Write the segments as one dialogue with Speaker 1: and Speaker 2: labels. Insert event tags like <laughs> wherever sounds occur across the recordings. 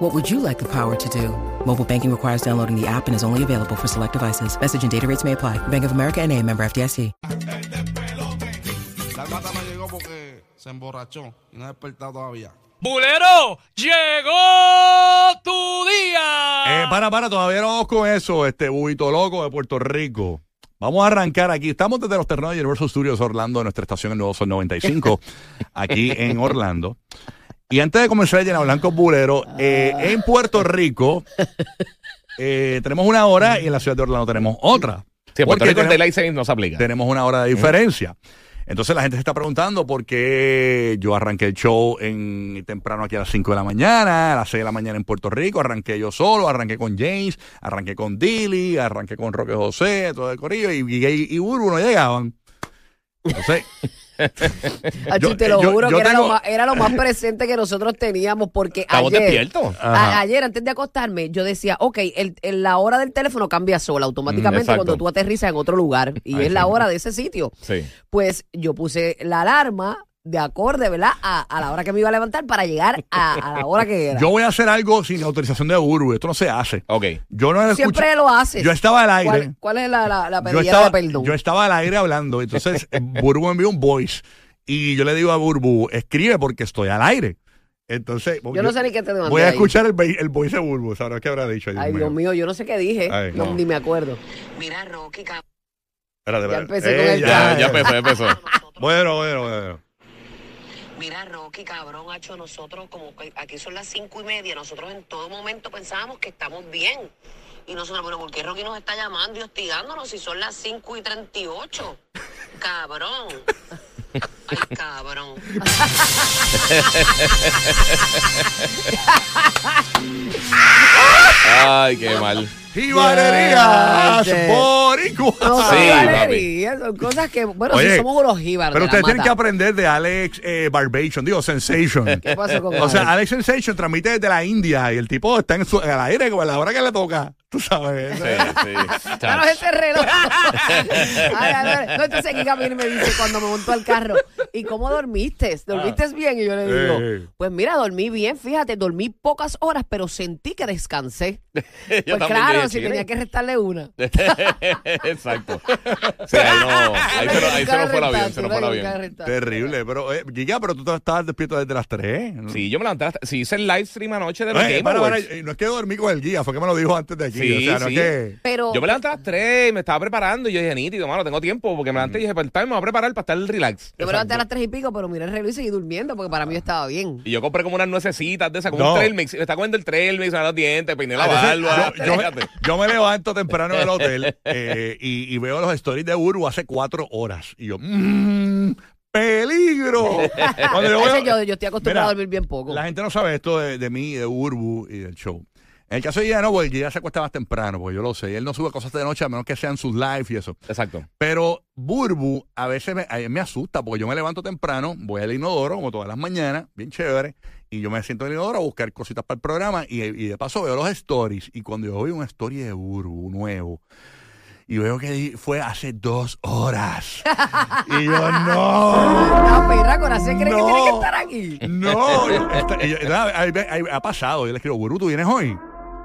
Speaker 1: What would you like the power to do? Mobile banking requires downloading the app and is only available for select devices. Message and data rates may apply. Bank of America and a member FDIC.
Speaker 2: El despelote. La gata no llegó porque se emborrachó y no ha despertado todavía.
Speaker 3: Bulero, llegó tu día.
Speaker 4: Ah.
Speaker 5: Eh, para, para, todavía no vamos con eso, este Bubito Loco de Puerto Rico. Vamos a arrancar aquí. Estamos desde los terrenos de Universal Studios Orlando, nuestra estación en Nuevo
Speaker 4: <laughs>
Speaker 5: Sol 95, aquí en Orlando. Y antes de comenzar llenar Blanco Bulero, eh,
Speaker 4: Ah.
Speaker 5: en Puerto Rico eh, tenemos una hora y en la ciudad de Orlando tenemos otra.
Speaker 4: Sí, Puerto
Speaker 5: Porque
Speaker 4: Rico el
Speaker 5: tenemos-
Speaker 4: daylight saving no se aplica.
Speaker 5: tenemos una hora de diferencia. Entonces la gente se está preguntando por qué yo arranqué el show en temprano aquí a las 5 de la mañana, a las 6 de la mañana en Puerto Rico, arranqué yo solo, arranqué con James, arranqué con Dilly, arranqué con Roque José, todo el corillo, y Guille y Burbu no llegaban.
Speaker 6: <laughs>
Speaker 5: Entonces,
Speaker 6: Achi,
Speaker 5: Yo- eh,
Speaker 6: te lo
Speaker 5: yo-
Speaker 6: juro
Speaker 5: yo
Speaker 6: que era,
Speaker 5: tengo-
Speaker 6: lo más, era lo más presente que nosotros teníamos porque
Speaker 4: Estamos
Speaker 6: ayer,
Speaker 4: despiertos.
Speaker 6: a- ayer antes de acostarme yo decía, ok, el, el- la hora del teléfono cambia sola
Speaker 4: Mm,
Speaker 6: automáticamente
Speaker 4: exacto.
Speaker 6: cuando tú aterrizas en otro lugar y
Speaker 4: Ay,
Speaker 6: es la
Speaker 4: sí.
Speaker 6: hora de ese sitio.
Speaker 4: Sí.
Speaker 6: Pues yo puse la alarma de acorde, ¿verdad? A, a la hora que me iba a levantar para llegar a, a la hora que
Speaker 5: <laughs>
Speaker 6: era.
Speaker 5: yo voy a hacer algo sin autorización de Burbu, esto no se hace.
Speaker 4: Ok.
Speaker 5: Yo no
Speaker 6: Siempre
Speaker 5: escuché-
Speaker 6: lo haces.
Speaker 5: Yo estaba al aire.
Speaker 6: ¿Cuál, cuál es la, la, la
Speaker 5: yo
Speaker 6: pedida de
Speaker 5: estaba,
Speaker 6: perdón?
Speaker 5: yo estaba al aire hablando, entonces eh, Burbu me envió un voice y yo le digo a Burbu, escribe porque estoy al aire. Entonces,
Speaker 6: Yo no sé ni qué te demandé
Speaker 5: voy a
Speaker 6: ahí.
Speaker 5: escuchar el, ve- el voice de Burbu, sabrás qué habrá dicho.
Speaker 6: Ay, Dios mío, yo no sé qué dije,
Speaker 5: Ay,
Speaker 6: no,
Speaker 5: no.
Speaker 6: ni me acuerdo.
Speaker 7: Mira, Rocky, cabrón.
Speaker 5: Espérate, espérate. Eh,
Speaker 6: Ya empecé con el
Speaker 4: Ya,
Speaker 6: Ya,
Speaker 4: ya empezó, ya empezó.
Speaker 5: Bueno, bueno, bueno.
Speaker 7: <laughs> Mira, Rocky, cabrón, hecho nosotros como que aquí son las cinco y media, nosotros en todo momento pensábamos que estamos bien. Y nosotros, pero ¿por qué Rocky nos está llamando y hostigándonos si son las cinco y treinta y ocho? Cabrón. Ay, cabrón.
Speaker 4: Ay, qué <laughs> mal.
Speaker 5: ¡Jibarerías
Speaker 6: Ya, ya.
Speaker 5: boricuas!
Speaker 6: No
Speaker 4: Sí,
Speaker 6: son
Speaker 4: papi.
Speaker 6: galerías, son cosas que, bueno,
Speaker 5: Oye,
Speaker 6: sí somos unos jíbaros.
Speaker 5: Pero
Speaker 6: de la
Speaker 5: ustedes tienen que
Speaker 6: mata.
Speaker 5: aprender de Alex eh, Barbation, digo, Sensation.
Speaker 6: <laughs> ¿Qué
Speaker 4: <laughs>
Speaker 6: pasó con
Speaker 5: O sea,
Speaker 6: Alex?
Speaker 5: Alex Sensation transmite desde la India y el tipo está en su, al aire a la hora que le toca. Tú sabes.
Speaker 4: Sí, sí.
Speaker 6: Claro, ese reloj. Ay, a ver, no, entonces aquí Camilo me dice cuando me montó al carro, ¿y cómo dormiste? ¿Dormiste
Speaker 4: Ah.
Speaker 6: bien? Y yo le digo,
Speaker 5: Eh.
Speaker 6: pues mira, dormí bien, fíjate, dormí pocas horas, pero sentí que descansé.
Speaker 4: <laughs> <laughs> Yo
Speaker 6: Pues
Speaker 4: también
Speaker 6: claro,
Speaker 4: dije,
Speaker 6: si
Speaker 4: "Chile".
Speaker 6: tenía que
Speaker 4: <laughs>
Speaker 6: restarle una.
Speaker 4: Exacto. Sí, ahí no. Ahí se, nos- ahí se nos fue la bien, se nos fue la bien.
Speaker 5: Terrible, pero, eh, Giga, pero tú te- estabas despierto desde las 3.
Speaker 4: Sí, yo me levanté. hasta- Sí, hice el live stream anoche de
Speaker 5: No,
Speaker 4: los
Speaker 5: eh,
Speaker 4: Game
Speaker 5: para, para,
Speaker 4: Awards.
Speaker 5: eh, no es que dormí con el guía, fue que me lo dijo antes de aquí.
Speaker 4: Sí,
Speaker 5: o sea, no
Speaker 4: sí.
Speaker 5: es que.
Speaker 6: Pero,
Speaker 4: Yo me levanté a las 3 y me estaba preparando. Y yo dije, nítido, mano, tengo tiempo. Porque me levanté y dije, pero el time me voy a preparar para estar el relax.
Speaker 6: yo me levanté a las tres y pico, pero miré el reloj y seguí durmiendo porque para mí yo estaba bien.
Speaker 4: Y yo compré como unas nuecesitas de esas, como
Speaker 5: No.
Speaker 4: un trail mix. Me está comiendo el trail mix, me dan los dientes, peiné la
Speaker 5: Entonces,
Speaker 4: barba. <laughs>
Speaker 5: yo, yo me,
Speaker 4: Fíjate.
Speaker 5: yo me levanto temprano del hotel eh, y, y veo los stories de Urbu hace cuatro horas. Y yo, mmm,
Speaker 6: <laughs>
Speaker 5: ¡peligro! Cuando
Speaker 6: Ese
Speaker 5: veo-
Speaker 6: yo, yo estoy acostumbrado
Speaker 5: Mira,
Speaker 6: a dormir bien poco.
Speaker 5: La gente no sabe esto de, de mí, de Urbu y del show. En el caso de Giga, no, porque Giga se acuesta más temprano, porque yo lo sé. Él no sube cosas de noche a menos que sean sus live y eso.
Speaker 4: Exacto.
Speaker 5: Pero Burbu a veces me, a mí me asusta porque yo me levanto temprano, voy al inodoro como todas las mañanas, bien chévere, y yo me siento en el inodoro a buscar cositas para el programa y, y de paso veo los stories y cuando yo veo una story de Burbu nuevo y veo que di- fue hace dos horas y yo no.
Speaker 6: No, Ah, perra, corazón, ¿crees que tiene que estar aquí?
Speaker 5: No, yo- esta- y yo- nada, ahí ve- ahí- ha pasado. Yo le escribo, Burbu, ¿tú vienes hoy?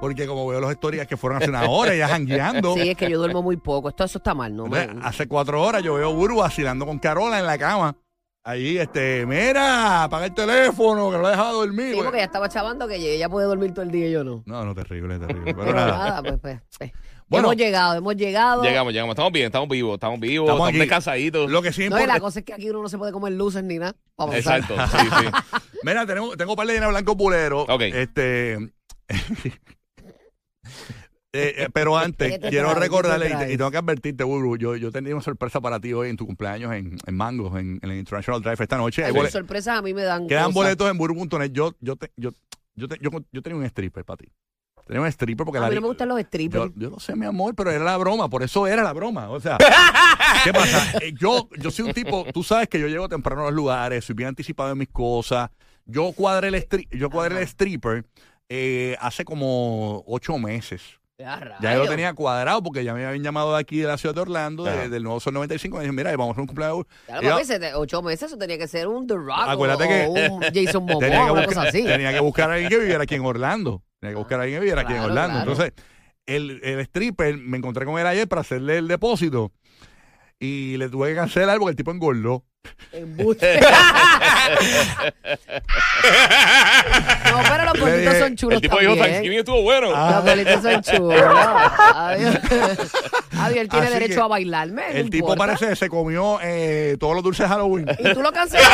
Speaker 5: Porque como veo los stories que fueron hace una hora, ya jangueando.
Speaker 6: Sí, es que yo duermo muy poco. Esto, eso está mal, ¿no?
Speaker 5: Entonces,
Speaker 6: man?
Speaker 5: hace cuatro horas yo veo a Buru vacilando con Carola en la cama. Ahí, este, mira, apaga el teléfono, que no lo he dejado dormir.
Speaker 6: Sí,
Speaker 5: Pues-
Speaker 6: porque ella estaba chavando que ella ella puede dormir todo el día y yo no.
Speaker 5: No, no, terrible, terrible. Pero
Speaker 6: Pero <laughs>
Speaker 5: nada.
Speaker 6: nada, pues, pues, pues.
Speaker 5: Bueno.
Speaker 6: hemos llegado, hemos llegado.
Speaker 4: Llegamos, llegamos. Estamos bien, estamos vivos, estamos vivos,
Speaker 5: Estamos
Speaker 4: estamos,
Speaker 5: aquí.
Speaker 4: descansaditos.
Speaker 5: Lo que sí
Speaker 6: No, y
Speaker 5: importa.
Speaker 6: la cosa es que aquí uno no se puede comer luces ni nada. Vamos a
Speaker 4: Exacto, sí,
Speaker 5: <laughs>
Speaker 4: sí.
Speaker 5: Mira, tenemos, tengo un par de dinero blanco pulero.
Speaker 4: Ok.
Speaker 5: Este. <laughs> Eh, eh, pero antes,
Speaker 6: ¿Qué te
Speaker 5: quiero
Speaker 6: traes? ¿Qué te
Speaker 5: recordarle, y, te-
Speaker 6: traes?
Speaker 5: y tengo que advertirte, Buru, yo, yo tenía una sorpresa para ti hoy en tu cumpleaños en, en Mangos, en, en el International Drive esta noche. Hay
Speaker 6: Ay,
Speaker 5: boletos.
Speaker 6: sorpresas a mí me dan.
Speaker 5: Quedan
Speaker 6: cosas.
Speaker 5: boletos en burbu.net. Yo, yo, te- yo, yo, te- yo, yo tenía un stripper para ti. Tenía un stripper porque
Speaker 6: A
Speaker 5: la
Speaker 6: mí no
Speaker 5: ni-
Speaker 6: me gustan los strippers.
Speaker 5: Yo, yo lo sé, mi amor, pero era la broma, por eso era la broma. O sea,
Speaker 6: <laughs>
Speaker 5: ¿qué pasa? Eh, Yo, yo soy un tipo, tú sabes que yo llego temprano a los lugares, soy bien anticipado en mis cosas. Yo cuadré el, stri- yo cuadré el stripper eh, hace como ocho meses. Ya yo lo tenía cuadrado porque ya me habían llamado de aquí de la ciudad de Orlando, de-
Speaker 4: Ajá.
Speaker 5: del Nuevo Sol 95. Me dijeron, mira, vamos a hacer un cumpleaños.
Speaker 6: Claro,
Speaker 5: Ella-
Speaker 6: papi, se te- ocho meses eso tenía que ser un The Rock o-
Speaker 5: Acuérdate
Speaker 6: o,
Speaker 5: que-
Speaker 6: un
Speaker 5: <laughs>
Speaker 6: Jason
Speaker 5: tenía,
Speaker 6: Momoa,
Speaker 5: que
Speaker 6: una
Speaker 5: buscar,
Speaker 6: cosa así.
Speaker 5: tenía que buscar a alguien que viviera aquí en Orlando. Tenía que buscar a alguien que viviera aquí en
Speaker 6: Claro,
Speaker 5: Orlando.
Speaker 6: claro.
Speaker 5: Entonces, el, el stripper, me encontré con él ayer para hacerle el depósito. Y le tuve que cancelar porque el tipo engordó.
Speaker 6: Embuste. no, pero los
Speaker 5: Le
Speaker 6: bolitos
Speaker 5: dije,
Speaker 6: son chulos
Speaker 4: El tipo dijo,
Speaker 6: también.
Speaker 4: Thanksgiving estuvo bueno.
Speaker 5: Ah.
Speaker 6: Los bolitos son
Speaker 5: <laughs>
Speaker 6: chulos. Javier, Javier tiene
Speaker 5: Así
Speaker 6: derecho
Speaker 5: que
Speaker 6: a bailarme. no
Speaker 5: el tipo
Speaker 6: importa.
Speaker 5: parece que se comió eh, todos los dulces de Halloween.
Speaker 6: Y tú lo cancelaste.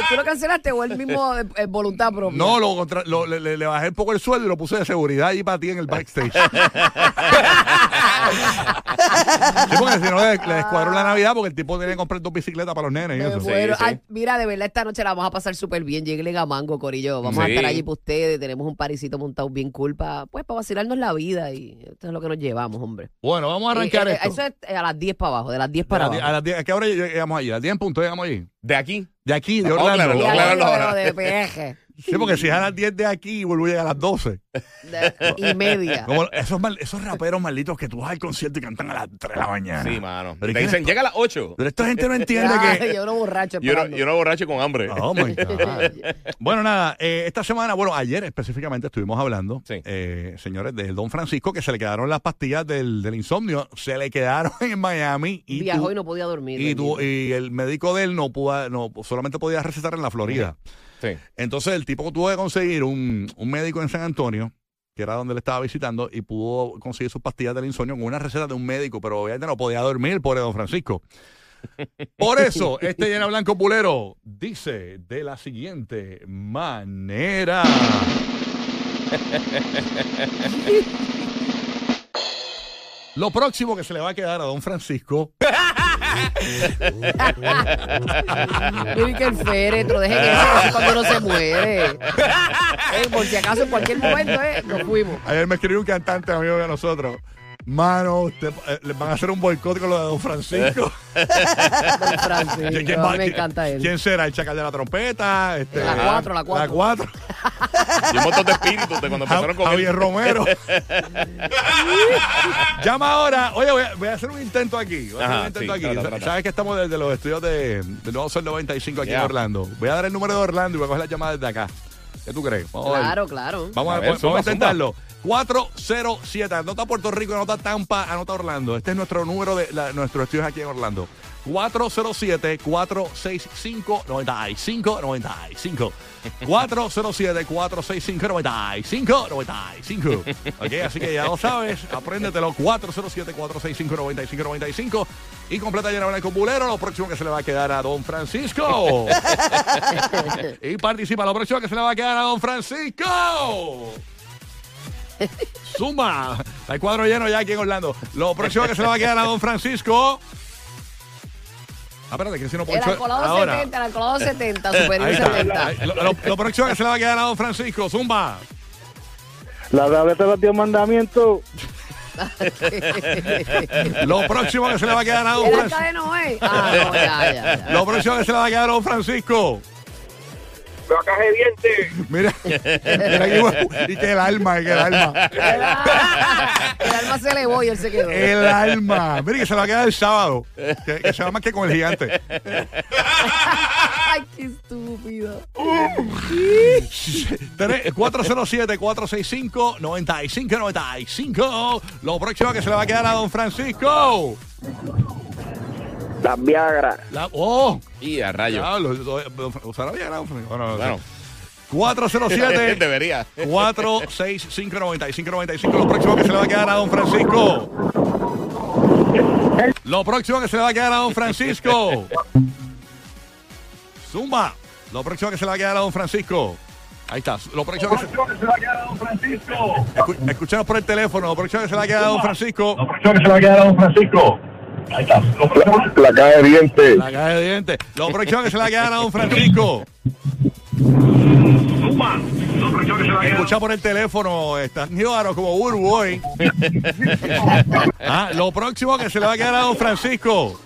Speaker 6: ¿Y ¿Tú lo cancelaste o él mismo eh, eh, voluntad propia?
Speaker 5: No, lo contra- lo- le, le- le bajé un poco el sueldo y lo puse de seguridad ahí para ti en el
Speaker 6: <laughs>
Speaker 5: backstage. Sí, porque si no le, le descuadró la Navidad porque el tipo tenía que comprar dos bicicletas para los nenes y
Speaker 6: Me
Speaker 5: eso.
Speaker 6: muero.
Speaker 4: sí.
Speaker 6: Ay, mira, de verdad, esta noche la vamos a pasar súper bien. Lleguen a Mango, Corillo. Vamos a
Speaker 4: Sí.
Speaker 6: estar allí para ustedes. Tenemos un parisito montado bien culpa. pues, para vacilarnos la vida. Y esto es lo que nos llevamos, hombre.
Speaker 5: Bueno, vamos a arrancar
Speaker 6: Eh, eh,
Speaker 5: esto.
Speaker 6: Eso es eh, a las 10 para abajo, de las 10 para
Speaker 5: a, las die-
Speaker 6: abajo.
Speaker 5: a las diez- ¿a qué hora lleg- llegamos allí? ¿A las 10 en punto llegamos allí?
Speaker 4: De aquí.
Speaker 5: De aquí, de
Speaker 4: No,
Speaker 5: Orlando.
Speaker 4: claro,
Speaker 6: Y
Speaker 4: no,
Speaker 6: ahora
Speaker 4: claro,
Speaker 6: digo,
Speaker 4: no,
Speaker 6: pero
Speaker 4: ahora.
Speaker 6: de peaje.
Speaker 5: Sí, porque si es a las 10 de aquí, vuelvo a llegar a las 12.
Speaker 6: de- y media.
Speaker 5: Como esos, mal- esos raperos malditos que tú vas al concierto y cantan a las 3 de la mañana.
Speaker 4: Sí, mano. Te
Speaker 5: Pero ¿y quién
Speaker 4: dicen,
Speaker 5: es?
Speaker 4: llega a las 8.
Speaker 5: Pero esta gente no entiende
Speaker 6: <laughs> Ay,
Speaker 5: que...
Speaker 6: yo no borracho
Speaker 4: Yo no,
Speaker 6: esperando.
Speaker 4: yo no borracho con hambre.
Speaker 5: Oh, my God. Bueno, nada, eh, esta semana, bueno, ayer específicamente estuvimos hablando,
Speaker 4: Sí.
Speaker 5: eh, señores, del Don Francisco, que se le quedaron las pastillas del, del insomnio, se le quedaron <laughs> en Miami. Y
Speaker 6: Viajó
Speaker 5: tú-
Speaker 6: y no podía dormir.
Speaker 5: y, tú-
Speaker 6: bendito.
Speaker 5: y el médico de él no pudo, no, solamente podía recetar en la Florida.
Speaker 4: Sí.
Speaker 5: Entonces el tipo tuvo que conseguir un, un médico en San Antonio, que era donde le estaba visitando, y pudo conseguir sus pastillas del insomnio con una receta de un médico, pero obviamente no podía dormir, pobre don Francisco. Por eso, este llena blanco pulero dice de la siguiente manera. Lo próximo que se le va a quedar a don Francisco
Speaker 6: Miren que el féretro, dejen eso cuando uno se muere. Eh, por si acaso en cualquier momento eh, nos fuimos.
Speaker 5: Ayer me escribió un cantante amigo de nosotros. Mano, usted, eh, les van a hacer un boicot con lo de Don Francisco.
Speaker 6: Don Francisco,
Speaker 5: ¿Quién
Speaker 6: a
Speaker 5: va-
Speaker 6: mí Eh. me
Speaker 5: quién-
Speaker 6: encanta él.
Speaker 5: ¿Quién será? ¿El chacal de la trompeta? Este,
Speaker 6: La cuatro, la cuatro.
Speaker 5: La cuatro.
Speaker 4: Y un montón de espíritus de cuando empezaron
Speaker 5: Ja-
Speaker 4: con
Speaker 5: Javier
Speaker 4: él. <laughs>
Speaker 5: Romero. Llama ahora. Oye, voy a, voy a hacer un intento aquí. Voy a hacer un
Speaker 4: Ajá, sí,
Speaker 5: intento aquí.
Speaker 4: trata, trata.
Speaker 5: Sabes que estamos desde los estudios de, de Nuevo Sol 95 aquí
Speaker 4: Yeah.
Speaker 5: en Orlando. Voy a dar el número de Orlando y voy a coger la llamada desde acá. ¿Qué tú crees? Vamos a ver.
Speaker 6: Claro, claro.
Speaker 5: Vamos a,
Speaker 4: A ver,
Speaker 5: vamos a
Speaker 4: zumba,
Speaker 5: intentarlo. 407, anota Puerto Rico, anota Tampa, anota Orlando. Este es nuestro número de la- nuestros estudios aquí en Orlando. 407-465-95-95. 407-465-95-95. Ok, así que ya lo sabes, apréndetelo. 407-465-95-95. Y completa llena Blanco Bulero, lo próximo que se le va a quedar a Don Francisco. Y participa lo próximo que se le va a quedar a Don Francisco. Suma. Hay cuadro lleno ya aquí en Orlando. Lo próximo que se le va a quedar a Don Francisco. Ah, espérate, que si no
Speaker 6: El
Speaker 5: poncho.
Speaker 6: alcoholado
Speaker 5: ahora.
Speaker 6: 70, el alcoholado 70, superior
Speaker 5: Ahí está.
Speaker 6: 70.
Speaker 5: Ahí- Lo, lo- lo próximo que se le va a quedar a Don Francisco. Zumba.
Speaker 8: La tableta de los diez mandamientos.
Speaker 5: Lo próximo que se le va a quedar a Don
Speaker 6: El arca
Speaker 5: Francisco.
Speaker 6: de Noé. Ah, no, ya, ya, ya.
Speaker 5: Lo próximo que se le va a quedar a Don Francisco.
Speaker 8: La caja de dientes.
Speaker 5: Mira, mira que hijo- y que el alma, y que el alma.
Speaker 6: El alma- el alma se elevó y él se quedó.
Speaker 5: El alma. Mira que se le va a quedar el sábado. Que, que se va más que con el gigante.
Speaker 6: Ay, qué estúpido.
Speaker 5: 407-465-9595. Lo próximo que se le va a quedar a Don Francisco.
Speaker 8: Las Viagra.
Speaker 5: La, ¡Oh!
Speaker 4: Y a rayo.
Speaker 5: Diablo, don Fra- ¿usará bien, no? Bueno, no sé.
Speaker 4: Bueno,
Speaker 5: 407
Speaker 4: <laughs> debería.
Speaker 5: 465-9595. Lo próximo que se le va a quedar a Don Francisco. Lo próximo que se le va a quedar a Don Francisco. Zumba. Lo próximo que se le va a quedar a Don Francisco. Ahí está. Lo próximo que se,
Speaker 8: se va a quedar a Don Francisco.
Speaker 5: escu- escúchanos por el teléfono. Lo próximo que se le va a quedar a Don Francisco.
Speaker 8: que se va a quedar a Don Francisco. Ahí está. La, caja de dientes.
Speaker 5: La caja de dientes. Lo próximo que se le va a quedar a Don Francisco.
Speaker 8: Suma. Lo próximo
Speaker 5: Escucha por el teléfono, está Níbaro como
Speaker 9: <laughs>
Speaker 5: Urboy. ah, lo próximo que se le va a quedar a don Francisco.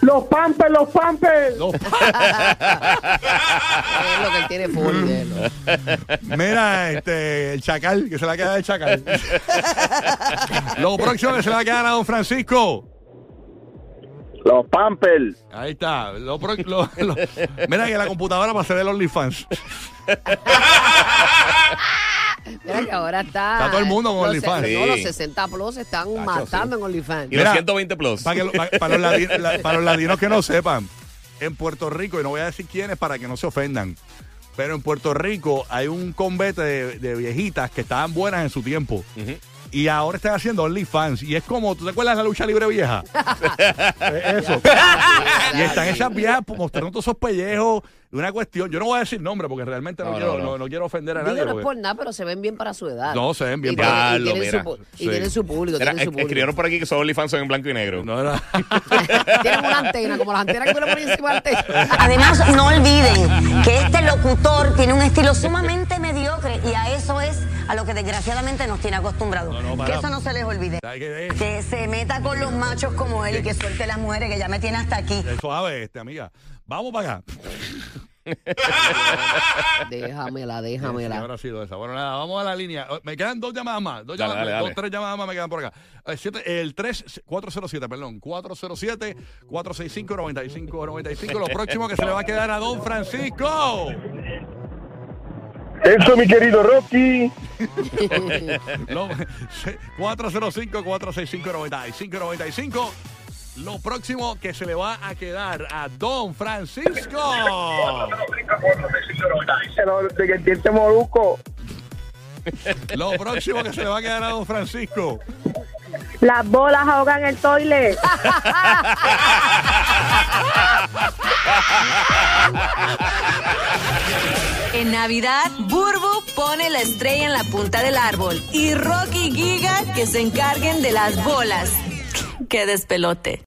Speaker 9: Los pampers, los pampers.
Speaker 5: Los-
Speaker 6: Es lo que él tiene full de él.
Speaker 5: Mira, este, el chacal, que se le va a quedar
Speaker 9: <laughs>
Speaker 5: el chacal. lo próximo que se le va a quedar a don Francisco.
Speaker 8: Los Pampers.
Speaker 5: Ahí está. Lo pro- lo- lo- mira que la computadora va a ser el OnlyFans.
Speaker 6: Mira que ahora está.
Speaker 5: Está todo el mundo con
Speaker 6: los
Speaker 5: OnlyFans.
Speaker 6: se- No, los
Speaker 4: Sí.
Speaker 6: 60 plus se están matando en OnlyFans.
Speaker 4: Y
Speaker 5: Mira,
Speaker 4: los 120 plus.
Speaker 5: Para, que lo- pa- para los lati- la- para los latinos que no sepan, en Puerto Rico, y no voy a decir quiénes para que no se ofendan, pero en Puerto Rico hay un convete de, de viejitas que estaban buenas en su tiempo. Y ahora están haciendo OnlyFans. Y es como, ¿tú te acuerdas de la lucha libre vieja? Es eso. Y están esas viejas mostrando todos esos pellejos. de Una cuestión, yo no voy a decir nombre porque realmente
Speaker 4: No,
Speaker 5: no,
Speaker 4: no,
Speaker 5: quiero,
Speaker 4: no.
Speaker 5: no- no quiero ofender a
Speaker 6: Digo,
Speaker 5: nadie.
Speaker 6: no es
Speaker 5: porque-
Speaker 6: por nada, pero se ven bien para su edad.
Speaker 5: pues. No, se ven bien
Speaker 6: Y
Speaker 5: para-
Speaker 6: tienen-
Speaker 4: Carlos,
Speaker 6: y tienen,
Speaker 4: mira.
Speaker 6: su, pu- y
Speaker 5: Sí.
Speaker 6: tienen su público,
Speaker 4: Era-
Speaker 6: tienen su
Speaker 4: es-
Speaker 6: público.
Speaker 4: escribieron por aquí que son OnlyFans son en blanco y negro.
Speaker 5: No era.
Speaker 6: <laughs> tienen una antena, como las antenas que uno pone encima
Speaker 5: <laughs>
Speaker 6: del techo.
Speaker 10: Además, no olviden que este locutor tiene un estilo sumamente mediocre y a eso es a lo que desgraciadamente nos tiene acostumbrados.
Speaker 5: No, no, para.
Speaker 10: <laughs> que eso
Speaker 5: <laughs>
Speaker 10: no se les olvide.
Speaker 5: Ay, que- eh,
Speaker 10: Que se meta con los machos como él y que suelte las mujeres, que ya me tiene hasta aquí.
Speaker 5: eh, Suave, este, amiga. Vamos para acá.
Speaker 6: Déjamela,
Speaker 5: Sí,
Speaker 6: déjamela.
Speaker 5: habrá sido esa. Bueno, nada, vamos a la línea. Eh, Me quedan dos llamadas más. Dos,
Speaker 4: Dale,
Speaker 5: llamadas,
Speaker 4: dale,
Speaker 5: dos,
Speaker 4: dale.
Speaker 5: tres llamadas más me quedan por acá. Eh, siete- el 3, 407, perdón. 407, 465, 95, 95. Lo próximo que se le va a quedar a Don Francisco.
Speaker 8: Eso, mi querido Rocky.
Speaker 5: Lo- <laughs> 405, 465, 95, 95. Lo próximo que se le va a quedar a Don Francisco.
Speaker 9: El de que el diente moruco.
Speaker 5: Lo próximo que se le va a quedar a Don Francisco.
Speaker 9: Las bolas ahogan el toile.
Speaker 10: En Navidad, Burbu pone la estrella en la punta del árbol y Rocky Giga que se encarguen de las bolas. <laughs> Qué despelote.